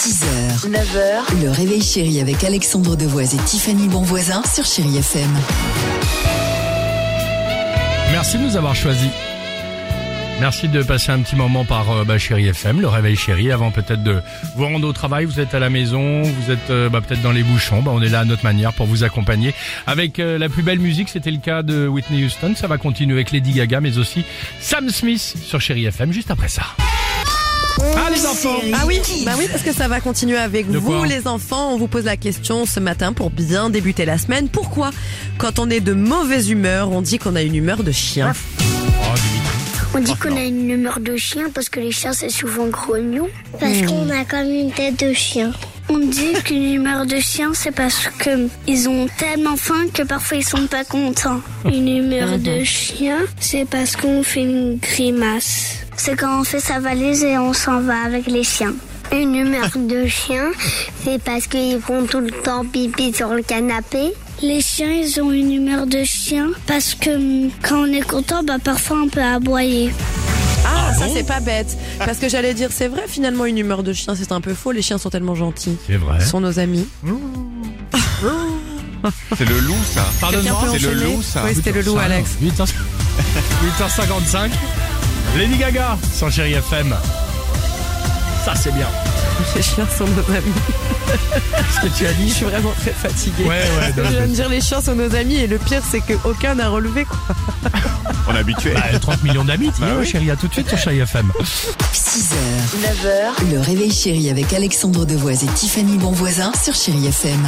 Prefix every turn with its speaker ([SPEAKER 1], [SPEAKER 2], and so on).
[SPEAKER 1] 6h, 9h, le réveil chéri avec Alexandre Devoise et Tiffany Bonvoisin sur Chérie FM.
[SPEAKER 2] Merci de nous avoir choisis. Merci de passer un petit moment par euh, bah, Chéri FM, le réveil chéri, avant peut-être de vous rendre au travail. Vous êtes à la maison, vous êtes euh, bah, peut-être dans les bouchons. Bah, on est là à notre manière pour vous accompagner avec euh, la plus belle musique. C'était le cas de Whitney Houston. Ça va continuer avec Lady Gaga, mais aussi Sam Smith sur Chéri FM juste après ça. Ah les enfants
[SPEAKER 3] Ah oui, bah oui, parce que ça va continuer avec
[SPEAKER 2] De
[SPEAKER 3] vous,
[SPEAKER 2] quoi
[SPEAKER 3] les enfants. On vous pose la question ce matin pour bien débuter la semaine. Pourquoi, quand on est de mauvaise humeur, on dit qu'on a une humeur de chien
[SPEAKER 2] Oh, Dimitri.
[SPEAKER 4] On dit qu'on a une humeur de chien parce que les chiens c'est souvent grognon. Parce qu'on a comme une tête de chien. On dit qu'une humeur de chien c'est parce que ils ont tellement faim que parfois ils sont pas contents. Une humeur de chien c'est parce qu'on fait une grimace. C'est quand on fait sa valise et on s'en va avec les chiens. Une humeur de chien, c'est parce qu'ils font tout le temps pipi sur le canapé. Les chiens, ils ont une humeur de chien parce que hum, quand on est content, bah parfois on peut aboyer.
[SPEAKER 3] Ah,
[SPEAKER 2] Ah
[SPEAKER 3] ça
[SPEAKER 2] bon
[SPEAKER 3] c'est pas bête. Parce que j'allais dire, c'est vrai, finalement, une humeur de chien, c'est un peu faux. Les chiens sont tellement gentils.
[SPEAKER 2] C'est vrai.
[SPEAKER 5] Hein
[SPEAKER 3] Ils sont nos amis.
[SPEAKER 5] C'est le loup, ça.
[SPEAKER 2] Pardonne-moi.
[SPEAKER 5] c'est le
[SPEAKER 3] enchaîner
[SPEAKER 5] loup, ça.
[SPEAKER 3] Oui, c'était le loup, Alex.
[SPEAKER 2] 8 h 55 Lady Gaga sans Chéri FM. Ça c'est bien.
[SPEAKER 3] Les chiens sont nos amis.
[SPEAKER 2] Ce que tu as
[SPEAKER 3] Je
[SPEAKER 2] dit.
[SPEAKER 3] suis vraiment très fatiguée.
[SPEAKER 2] Ouais, ouais,
[SPEAKER 3] Je
[SPEAKER 2] non,
[SPEAKER 3] viens
[SPEAKER 2] je-
[SPEAKER 3] de dire les chiens sont nos amis et le pire c'est qu'aucun n'a relevé quoi.
[SPEAKER 5] On est habitué.
[SPEAKER 2] Bah, 30 millions d'amis, tu
[SPEAKER 3] Ah
[SPEAKER 5] Bah oui.
[SPEAKER 2] chérie, à tout de suite sur Chéri FM.
[SPEAKER 1] 6h, 9h, le réveil chéri avec Alexandre Devoise et Tiffany Bonvoisin sur Chérie FM.